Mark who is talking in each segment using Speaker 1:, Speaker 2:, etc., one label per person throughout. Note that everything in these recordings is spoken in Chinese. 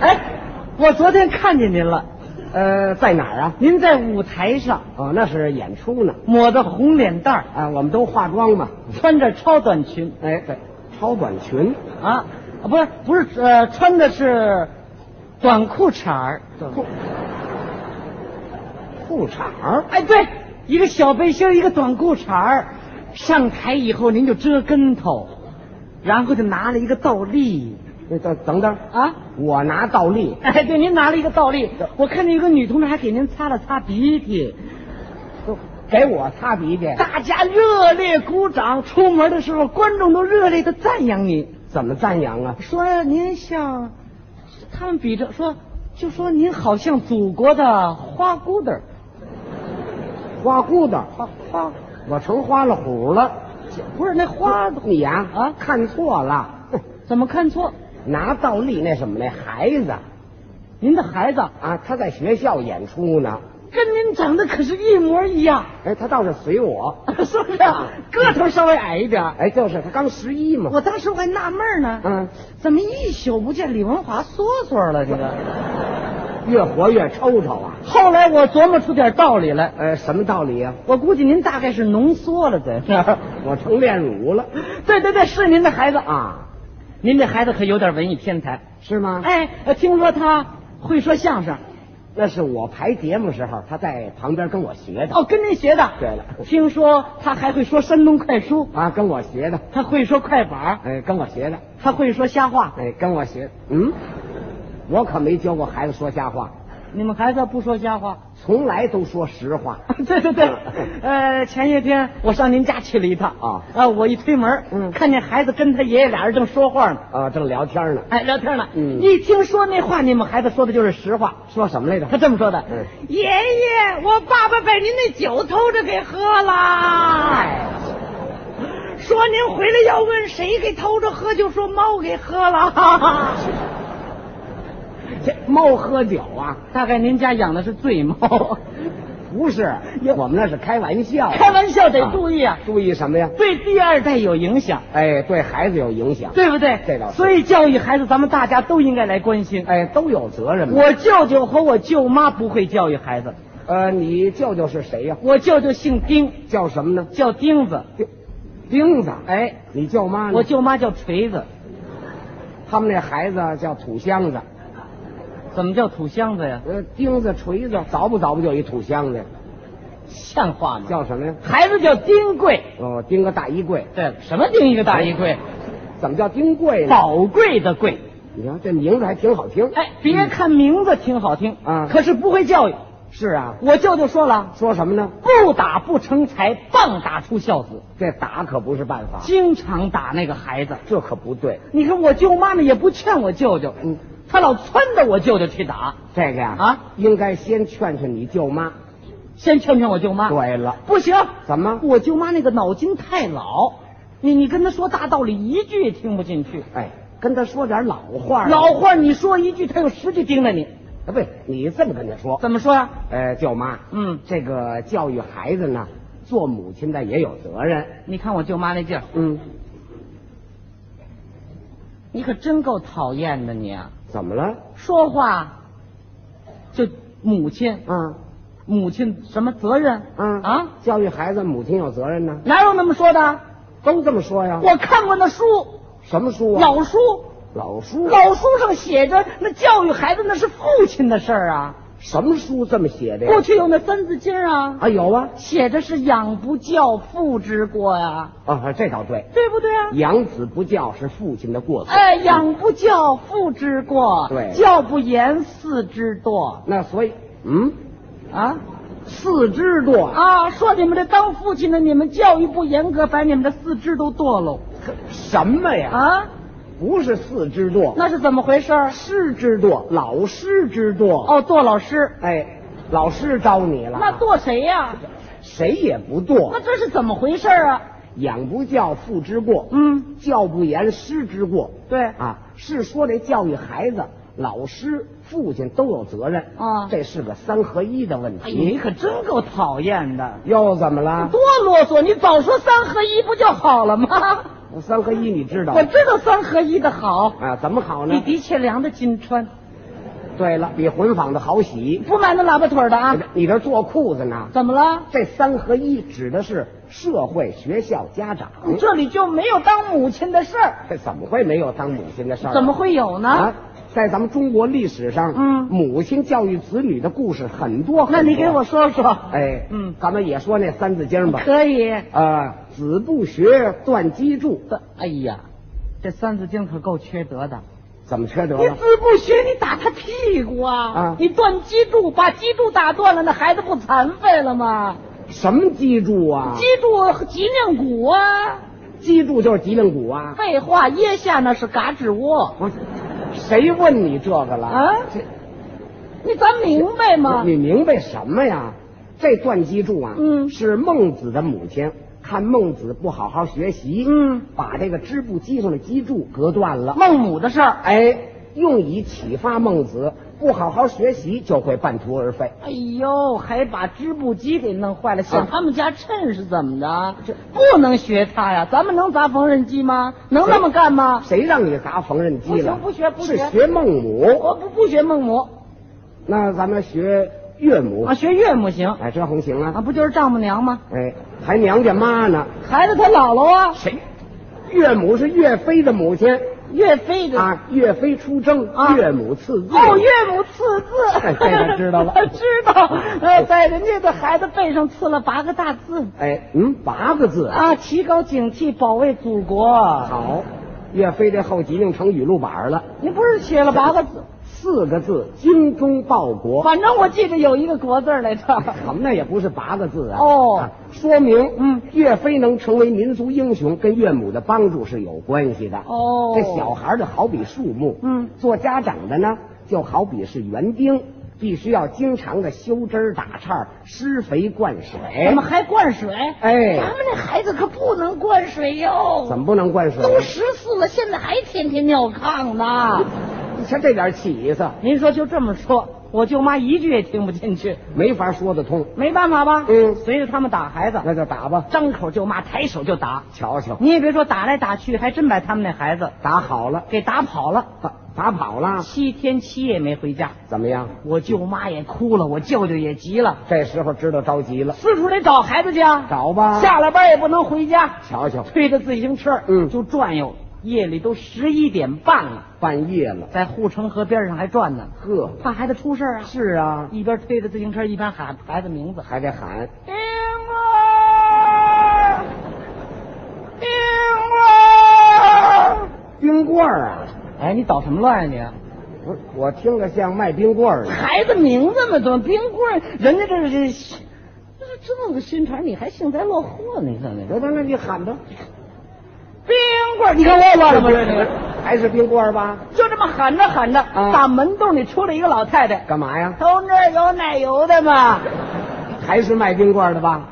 Speaker 1: 哎我昨天看见您了，
Speaker 2: 呃，在哪儿啊？
Speaker 1: 您在舞台上
Speaker 2: 哦，那是演出呢。
Speaker 1: 抹的红脸蛋儿，
Speaker 2: 啊，我们都化妆嘛。
Speaker 1: 穿着超短裙
Speaker 2: 哎，对，超短裙，
Speaker 1: 啊，啊不是不是，呃，穿的是短裤衩儿。
Speaker 2: 裤裤衩儿，
Speaker 1: 哎，对，一个小背心儿，一个短裤衩儿。上台以后您就遮跟头，然后就拿了一个倒立
Speaker 2: 那等等等，
Speaker 1: 啊。
Speaker 2: 我拿倒立，
Speaker 1: 哎，对，您拿了一个倒立，我看见有个女同志还给您擦了擦鼻涕，
Speaker 2: 给我擦鼻涕，
Speaker 1: 大家热烈鼓掌。出门的时候，观众都热烈的赞扬你，
Speaker 2: 怎么赞扬啊？
Speaker 1: 说您像，他们比着说，就说您好像祖国的花骨朵儿，
Speaker 2: 花骨朵，
Speaker 1: 花花
Speaker 2: 我成花了虎了。
Speaker 1: 不是那花
Speaker 2: 你呀
Speaker 1: 啊
Speaker 2: 看错了， 哼
Speaker 1: 怎么看错？
Speaker 2: 拿倒立那什么那孩子
Speaker 1: 您的孩子
Speaker 2: 啊，他在学校演出呢。
Speaker 1: 跟您长得可是一模一样，
Speaker 2: 哎，他倒是随我。
Speaker 1: 是不是啊？ 个头稍微矮一点儿。
Speaker 2: 哎，就是他刚十一嘛。
Speaker 1: 我当时我还纳闷呢，
Speaker 2: 嗯，
Speaker 1: 怎么一宿不见李文华缩缩了？这个。
Speaker 2: 越活越抽抽啊。
Speaker 1: 后来我琢磨出点道理来，
Speaker 2: 呃，什么道理啊？
Speaker 1: 我估计您大概是浓缩了在那儿。
Speaker 2: 我成炼乳了
Speaker 1: 对对对，是您的孩子啊！
Speaker 2: 啊？
Speaker 1: 您这孩子可有点文艺天才。
Speaker 2: 是吗？
Speaker 1: 哎，呃听说他会说相声，
Speaker 2: 那是我排节目时候，他在旁边跟我学的。
Speaker 1: 哦，跟您学的。
Speaker 2: 对了
Speaker 1: 听说他还会说山东快书，
Speaker 2: 啊，跟我学的，
Speaker 1: 他会说快板，
Speaker 2: 哎，跟我学的，
Speaker 1: 他会说瞎话。
Speaker 2: 哎，跟我学。嗯，我可没教过孩子说瞎话，
Speaker 1: 你们孩子不说瞎话？
Speaker 2: 从来都说实话。
Speaker 1: 对 对对，呃，前些天我上您家去了一趟
Speaker 2: 啊
Speaker 1: 啊，我一推门，
Speaker 2: 嗯
Speaker 1: 看见孩子跟他爷爷俩人正说话呢，
Speaker 2: 啊，正聊天呢，
Speaker 1: 哎，聊天呢，
Speaker 2: 嗯
Speaker 1: 一听说那话，你们孩子说的就是实话。
Speaker 2: 说什么来着？
Speaker 1: 他这么说的：“
Speaker 2: 嗯
Speaker 1: 爷爷，我爸爸把您那酒偷着给喝了，说您回来要问谁给偷着喝，就说猫给喝了。
Speaker 2: 这猫喝酒啊？
Speaker 1: 大概您家养的是醉 猫，
Speaker 2: 不是，我们那是开玩笑。
Speaker 1: 开玩笑得注意啊，
Speaker 2: 注意什么呀？
Speaker 1: 对第二代有影响，
Speaker 2: 哎，对孩子有影响。
Speaker 1: 对不对？
Speaker 2: 这倒是
Speaker 1: 所以教育孩子，咱们大家都应该来关心。
Speaker 2: 哎，都有责任嘛。
Speaker 1: 我舅舅和我舅妈不会教育孩子，
Speaker 2: 呃，你舅舅是谁呀、
Speaker 1: 我舅舅姓丁，
Speaker 2: 叫什么呢？
Speaker 1: 叫钉子，
Speaker 2: 钉钉子，
Speaker 1: 哎，
Speaker 2: 你舅妈呢？
Speaker 1: 我舅妈叫锤子，
Speaker 2: 他们那孩子叫土箱子，
Speaker 1: 怎么叫土箱子呀？
Speaker 2: 呃，钉子、锤子，早不早不就一土箱子，
Speaker 1: 像话吗？
Speaker 2: 叫什么呀？
Speaker 1: 孩子叫丁贵。
Speaker 2: 哦，钉个大衣柜，
Speaker 1: 对了，什么丁一个大衣柜？
Speaker 2: 怎么叫钉柜呢？
Speaker 1: 宝贵的贵。
Speaker 2: 你看这名字还挺好听。
Speaker 1: 哎，别看名字挺好听
Speaker 2: 嗯
Speaker 1: 可是不会教育。
Speaker 2: 是啊，
Speaker 1: 我舅舅说了，
Speaker 2: 说什么呢？
Speaker 1: 不打不成才，棒打出孝子。
Speaker 2: 这打可不是办法，
Speaker 1: 经常打那个孩子。
Speaker 2: 这可不对。
Speaker 1: 你看我舅妈呢也不劝我舅舅，
Speaker 2: 嗯，
Speaker 1: 他老撺掇我舅舅去打，
Speaker 2: 这个呀
Speaker 1: 啊
Speaker 2: 应该先劝劝你舅妈。
Speaker 1: 先劝劝我舅妈。
Speaker 2: 对了，
Speaker 1: 不行，
Speaker 2: 怎么？
Speaker 1: 我舅妈那个脑筋太老，你你跟她说大道理一句也听不进去。
Speaker 2: 哎，跟他说点老话。
Speaker 1: 老话你说一句，他有十句盯着你。
Speaker 2: 啊，不是，你这么跟他说。
Speaker 1: 怎么说呀、
Speaker 2: 呃，舅妈，
Speaker 1: 嗯，
Speaker 2: 这个教育孩子呢，做母亲的也有责任。
Speaker 1: 你看我舅妈那劲儿，
Speaker 2: 嗯，
Speaker 1: 你可真够讨厌的你、啊！
Speaker 2: 怎么了？
Speaker 1: 说话就母亲，
Speaker 2: 啊
Speaker 1: 母亲什么责任？
Speaker 2: 啊
Speaker 1: 啊，
Speaker 2: 教育孩子，母亲有责任呢，
Speaker 1: 哪有那么说的？
Speaker 2: 都这么说呀。
Speaker 1: 我看过那书，
Speaker 2: 什么书啊？
Speaker 1: 老书，
Speaker 2: 老书，啊
Speaker 1: 老书上写着那教育孩子那是父亲的事儿啊。
Speaker 2: 什么书这么写的呀？
Speaker 1: 过去有那三字经啊，
Speaker 2: 啊，有啊，
Speaker 1: 写的是养不教，父之过呀、
Speaker 2: 啊，这倒对，
Speaker 1: 对不对啊？
Speaker 2: 养子不教是父亲的过错。
Speaker 1: 哎，养不教，父之过；
Speaker 2: 对
Speaker 1: 教不严，嗣之惰
Speaker 2: 那所以，嗯，
Speaker 1: 啊
Speaker 2: 四肢多，
Speaker 1: 啊！说你们这当父亲的，你们教育不严格，把你们的四肢都剁喽
Speaker 2: 什么呀？
Speaker 1: 啊！
Speaker 2: 不是四肢多，
Speaker 1: 那是怎么回事？
Speaker 2: 师之多，老师之多。
Speaker 1: 哦，剁老师，
Speaker 2: 哎，老师招你了，
Speaker 1: 那剁谁呀、
Speaker 2: 谁也不剁
Speaker 1: 那。这是怎么回事啊？
Speaker 2: 养不教，父之过；
Speaker 1: 嗯，
Speaker 2: 教不严，师之过。
Speaker 1: 对
Speaker 2: 啊，是说这教育孩子，老师、父亲都有责任
Speaker 1: 啊
Speaker 2: 这是个三合一的问
Speaker 1: 哎，
Speaker 2: 题。
Speaker 1: 你可真够讨厌的，
Speaker 2: 又怎么了？
Speaker 1: 多啰嗦！你早说三合一不就好了吗？
Speaker 2: 三合一你知道
Speaker 1: 我知道三合一的好，
Speaker 2: 啊？怎么好
Speaker 1: 你
Speaker 2: 呢？
Speaker 1: 的确量得金川，
Speaker 2: 对了，比混纺的好洗。
Speaker 1: 不买那喇叭腿儿的啊
Speaker 2: 你这？你这做裤子呢？
Speaker 1: 怎么了？
Speaker 2: 这三合一指的是社会、学校、家长。
Speaker 1: 你嗯这里就没有当母亲的事儿，
Speaker 2: 这怎么会没有当母亲的事儿啊？
Speaker 1: 怎么会有呢
Speaker 2: 啊？？在咱们中国历史上，
Speaker 1: 嗯
Speaker 2: 母亲教育子女的故事很多很多
Speaker 1: 那你给我，说说，
Speaker 2: 哎，
Speaker 1: 嗯
Speaker 2: 咱们也说那三字经吧。
Speaker 1: 可以？
Speaker 2: 呃，子不学，断机杼，
Speaker 1: 哎呀，这《三字经》可够缺德的。
Speaker 2: 怎么缺德
Speaker 1: 你
Speaker 2: 了？
Speaker 1: 子不学，你打他屁股啊！
Speaker 2: 啊
Speaker 1: 你断脊柱，把脊柱打断了，那孩子不残废了吗？
Speaker 2: 什么机杼啊？
Speaker 1: 脊柱脊梁骨啊！
Speaker 2: 机杼就是脊梁骨啊！
Speaker 1: 废话，腋下那是嘎吱窝
Speaker 2: 不是，谁问你这个了？
Speaker 1: 啊！你咱明白吗？
Speaker 2: 你明白什么呀？这断机杼啊，
Speaker 1: 嗯
Speaker 2: 是孟子的母亲看孟子不好好学习，
Speaker 1: 嗯，
Speaker 2: 把这个织布机上的机杼隔断了。
Speaker 1: 孟母的事儿。
Speaker 2: 哎，用以启发孟子，不好好学习就会半途而废。
Speaker 1: 哎呦，还把织布机给弄坏了，想
Speaker 2: 啊
Speaker 1: 他们家趁是怎么的？这不能学他呀！咱们能砸缝纫机吗？能那么干吗？
Speaker 2: 谁让你砸缝纫机了？
Speaker 1: 不学不学不学
Speaker 2: 是学哦孟母。
Speaker 1: 我不不学孟母
Speaker 2: 那咱们学岳母
Speaker 1: 啊，，学岳母行
Speaker 2: 哎，这红行
Speaker 1: 啊，
Speaker 2: 啊，
Speaker 1: 不就是丈母娘吗？
Speaker 2: 哎，还娘家妈呢。
Speaker 1: 孩子他姥姥啊，
Speaker 2: 谁？岳母是岳飞的母亲
Speaker 1: 岳飞的
Speaker 2: 啊，岳飞出征，
Speaker 1: 啊
Speaker 2: 岳母赐字。
Speaker 1: 哦，岳母刺字，
Speaker 2: 哎这个知道了
Speaker 1: 知道。呃，在人家的孩子背上刺了八个大字
Speaker 2: 哎，嗯，八个字。啊
Speaker 1: 啊，提高警惕，保卫祖国。
Speaker 2: 好，岳飞这后脊梁成语录板了，
Speaker 1: 您不是写了八个字？
Speaker 2: 四个字，精忠报国。
Speaker 1: 反正我记得有一个国字儿来着。
Speaker 2: 我们那也不是八个字啊。
Speaker 1: 哦
Speaker 2: 啊说明
Speaker 1: 嗯，
Speaker 2: 岳飞能成为民族英雄，跟岳母的帮助是有关系的。
Speaker 1: 哦
Speaker 2: 这小孩儿就好比树木，
Speaker 1: 嗯
Speaker 2: 做家长的呢，就好比是园丁，必须要经常的修枝儿打杈儿、施肥灌水。
Speaker 1: 怎么还灌水？
Speaker 2: 哎
Speaker 1: 咱们这孩子可不能灌水哟。
Speaker 2: 怎么不能灌水？
Speaker 1: 都十四了，现在还天天尿炕呢？
Speaker 2: 你瞧这点起色，
Speaker 1: 您说就这么说，我舅妈一句也听不进去，
Speaker 2: 没法说得通。
Speaker 1: 没办法吧？
Speaker 2: 嗯
Speaker 1: 随着他们打孩子，
Speaker 2: 那就打吧，
Speaker 1: 张口就骂，抬手就打。
Speaker 2: 瞧瞧，
Speaker 1: 你也别说打来打去，还真把他们那孩子
Speaker 2: 打好了，
Speaker 1: 给打跑了，
Speaker 2: 打打跑了，
Speaker 1: 七天七夜没回家。
Speaker 2: 怎么样？
Speaker 1: 我舅妈也哭了，我舅舅也急了，
Speaker 2: 这时候知道着急了，
Speaker 1: 四处得找孩子去啊。
Speaker 2: 找吧。
Speaker 1: 下了班也不能回家，
Speaker 2: 瞧瞧，
Speaker 1: 推着自行车，
Speaker 2: 嗯
Speaker 1: 就转悠。夜里都十一点半了，
Speaker 2: 半夜了，
Speaker 1: 在护城河边上还转呢，
Speaker 2: 呵，
Speaker 1: 怕孩子出事儿啊。
Speaker 2: 是啊，
Speaker 1: 一边推着自行车，一边喊孩子名字，
Speaker 2: 还得喊，
Speaker 1: 英儿，英儿。
Speaker 2: 冰棍儿啊！
Speaker 1: 哎，你捣什么乱呀、
Speaker 2: 不是，我听着像卖冰棍儿
Speaker 1: 你？
Speaker 2: 的。
Speaker 1: 孩子名字嘛，怎么冰棍儿？人家这是这是这么个心肠，你还幸灾乐祸呢？你看那
Speaker 2: 那那那你喊吧，
Speaker 1: 冰棍儿，你看我也乱了吧？这你
Speaker 2: 还是冰棍儿吧？
Speaker 1: 就这么喊着喊着，
Speaker 2: 啊
Speaker 1: 打门洞里出来一个老太太，
Speaker 2: 干嘛呀？
Speaker 1: 同志有奶油的吗？
Speaker 2: 还是卖冰棍儿的吧？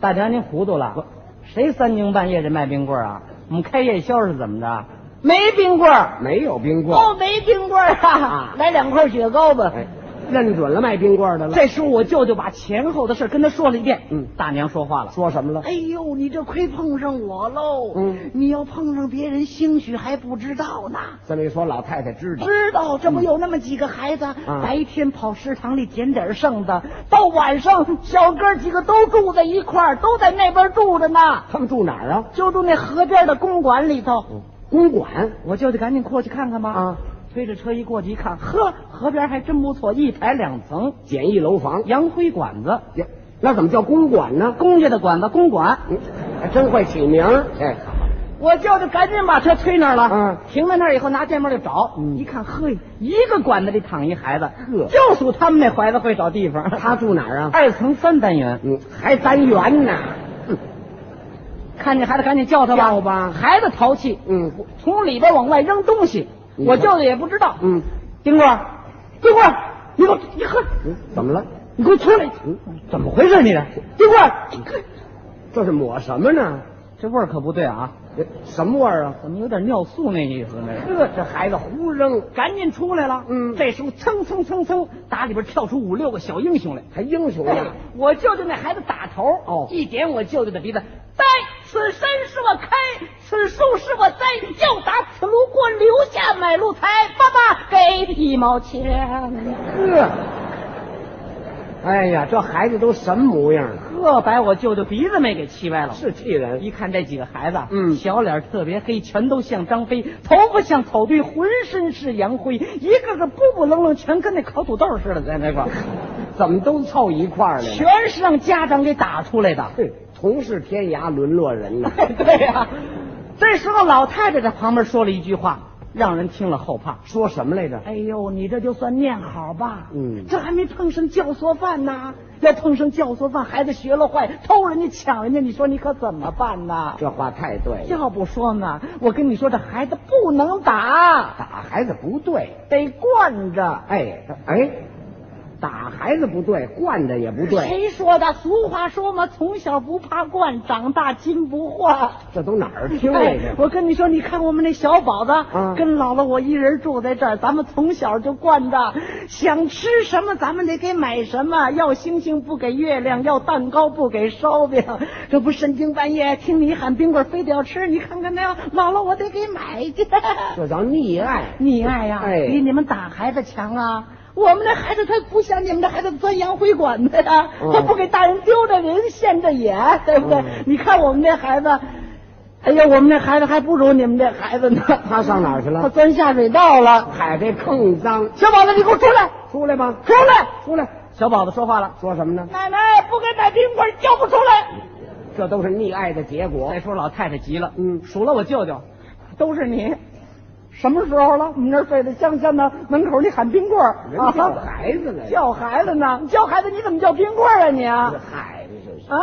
Speaker 1: 大娘，您糊涂了，谁三更半夜的卖冰棍儿啊？我们开夜宵是怎么着？没冰棍儿，
Speaker 2: 没有冰棍儿。
Speaker 1: 哦，没冰棍儿啊
Speaker 2: 啊，
Speaker 1: 来两块雪糕吧。
Speaker 2: 哎，认准了卖冰棍儿的了。
Speaker 1: 这时候我舅舅把前后的事儿跟他说了一遍，
Speaker 2: 嗯
Speaker 1: 大娘说话了。
Speaker 2: 说什么了？
Speaker 1: 哎呦，你这亏碰上我喽！
Speaker 2: 嗯
Speaker 1: 你要碰上别人，兴许还不知道呢。
Speaker 2: 这么一说，老太太知道。
Speaker 1: 知道，这不有那么几个孩子，
Speaker 2: 嗯
Speaker 1: 白天跑食堂里捡点剩的，到晚上小哥几个都住在一块儿，都在那边住着呢，
Speaker 2: 他们住哪儿啊？
Speaker 1: 就住那河边的公馆里头。
Speaker 2: 公馆。
Speaker 1: 我舅舅赶紧过去看看吧。
Speaker 2: 嗯啊，
Speaker 1: 推着车一过去一看，呵，河边还真不错，一排两层
Speaker 2: 简易楼房。
Speaker 1: 洋灰馆子，
Speaker 2: 呀那怎么叫公馆呢？
Speaker 1: 公家的馆子，公馆。
Speaker 2: 嗯还真会起名儿。哎，
Speaker 1: 我舅舅赶紧把车推那儿了，
Speaker 2: 嗯
Speaker 1: 停在那儿以后拿电棒就找，
Speaker 2: 嗯
Speaker 1: 一看，嘿，一个管子里躺一孩子，
Speaker 2: 呵
Speaker 1: 就属他们那孩子会找地方。
Speaker 2: 他住哪儿啊？
Speaker 1: 二层三单元，
Speaker 2: 嗯，还单元呢。嗯
Speaker 1: 看见孩子赶紧叫他吧，
Speaker 2: 叫吧
Speaker 1: 孩子淘气，
Speaker 2: 嗯
Speaker 1: 从里边往外扔东西，
Speaker 2: 嗯
Speaker 1: 我舅舅也不知道。
Speaker 2: 嗯，
Speaker 1: 丁棍儿，丁棍儿，你给我，你喝，
Speaker 2: 嗯怎么了？
Speaker 1: 你给我出来！
Speaker 2: 嗯
Speaker 1: 怎么回事你这？丁棍儿，
Speaker 2: 这是抹什么呢？
Speaker 1: 这味儿可不对啊，
Speaker 2: 哎什么味儿啊？
Speaker 1: 怎么有点尿素那意思呢？
Speaker 2: 呵，这孩子胡扔，
Speaker 1: 赶紧出来了。
Speaker 2: 嗯
Speaker 1: 这时候蹭蹭蹭蹭，打里边跳出五六个小英雄来。
Speaker 2: 还英雄
Speaker 1: 哎
Speaker 2: 呢。
Speaker 1: 我舅舅那孩子打头，
Speaker 2: 哦
Speaker 1: 一点我舅舅的鼻子，栽！此山是我开，此树是我栽，要打此路过，留下买路财。爸爸，
Speaker 3: 给一毛钱。
Speaker 2: 呵，哎呀，这孩子都什么模样了？
Speaker 1: 这把我舅舅鼻子没给气歪了。
Speaker 2: 是气人！
Speaker 1: 一看这几个孩子，
Speaker 2: 嗯
Speaker 1: 小脸特别黑，全都像张飞，头发像草堆，浑身是洋灰，一个个不不愣愣，全跟那烤土豆似的，在那块儿，
Speaker 2: 怎么都凑一块儿来了？
Speaker 1: 全是让家长给打出来的。
Speaker 2: 哼同是天涯沦落人呐！
Speaker 1: 哎对呀、这时候老太太在旁边说了一句话，让人听了后怕。
Speaker 2: 说什么来着？
Speaker 1: 哎呦，你这就算念好吧？
Speaker 2: 嗯
Speaker 1: 这还没碰上教唆犯呢。要碰上教唆犯，孩子学了坏，偷人家抢人家，你说你可怎么办呢？
Speaker 2: 这话太对了，
Speaker 1: 要不说呢，我跟你说，这孩子不能打，
Speaker 2: 打孩子不对。
Speaker 1: 得惯着。
Speaker 2: 哎哎，打孩子不对，惯着也不对，
Speaker 1: 谁说的？俗话说嘛，从小不怕惯，长大筋不换。
Speaker 2: 这都哪儿 听来
Speaker 1: 哎
Speaker 2: 的？
Speaker 1: 我跟你说，你看我们那小宝子，
Speaker 2: 啊
Speaker 1: 跟姥姥我一人住在这儿，咱们从小就惯着，想吃什么咱们得给买什么，要星星不给月亮，要蛋糕不给烧饼，这不深更半夜听你喊冰棍儿，非得要吃，你看看那样，姥姥我得给买去。
Speaker 2: 这叫溺爱。
Speaker 1: 溺爱呀、
Speaker 2: 哎
Speaker 1: 比你们打孩子强啊！我们这孩子他不像你们这孩子钻洋灰管子呀、
Speaker 2: 嗯
Speaker 1: 他不给大人丢着人现着眼，对不对？
Speaker 2: 嗯
Speaker 1: 你看我们这孩子，哎呀，我们这孩子还不如你们这孩子呢。
Speaker 2: 他上哪儿去
Speaker 1: 他
Speaker 2: 了？
Speaker 1: 钻下水道了。
Speaker 2: 海这更脏，
Speaker 1: 小宝子，你给我出来！
Speaker 2: 出来吧，
Speaker 1: 出来！
Speaker 2: 出来！
Speaker 1: 小宝子说话了，
Speaker 2: 说什么呢？
Speaker 1: 奶奶不给买冰棍叫不出来。
Speaker 2: 这都是溺爱的结果
Speaker 1: 再。说老太太急了，
Speaker 2: 嗯
Speaker 1: 数落我舅舅，都是你。什么时候了？我们那儿睡得香香的，门口你喊冰棍儿，
Speaker 2: 人叫
Speaker 1: 啊
Speaker 2: 孩子来，
Speaker 1: 叫孩子呢？你叫孩子你怎么叫冰棍儿啊你啊？
Speaker 2: 嗨，你这是
Speaker 1: 啊！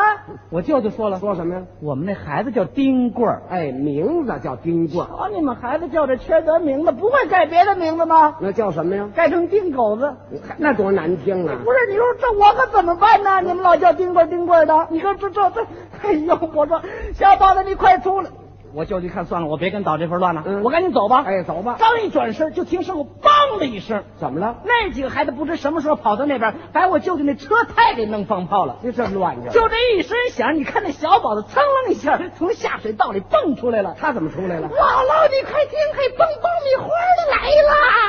Speaker 1: 我舅舅说了，
Speaker 2: 说什么呀？
Speaker 1: 我们那孩子叫丁棍儿。
Speaker 2: 哎，名字叫丁棍，
Speaker 1: 瞧你们孩子叫这缺德名字，不会改别的名字吗？
Speaker 2: 那叫什么呀？
Speaker 1: 改成丁狗子。
Speaker 2: 那多难听啊！
Speaker 1: 不是，你说这我可怎么办呢？你们老叫丁棍儿丁棍儿的，你说这这这， 哎呦，我说小宝子你快出来！我舅舅一看算了，我别跟捣这份乱了，
Speaker 2: 嗯
Speaker 1: 我赶紧走吧。
Speaker 2: 哎，走吧。
Speaker 1: 刚一转身，就听身后梆的一声，
Speaker 2: 怎么了？
Speaker 1: 那几个孩子不知什么时候跑到那边，把我舅舅那车胎给弄放炮了。
Speaker 2: 你这乱劲儿，
Speaker 1: 就这一声响，你看那小宝子噌楞一下从下水道里蹦出来了。
Speaker 2: 他怎么出来
Speaker 1: 姥姥，
Speaker 2: 了？
Speaker 1: 你快听，嘿，蹦爆米花的来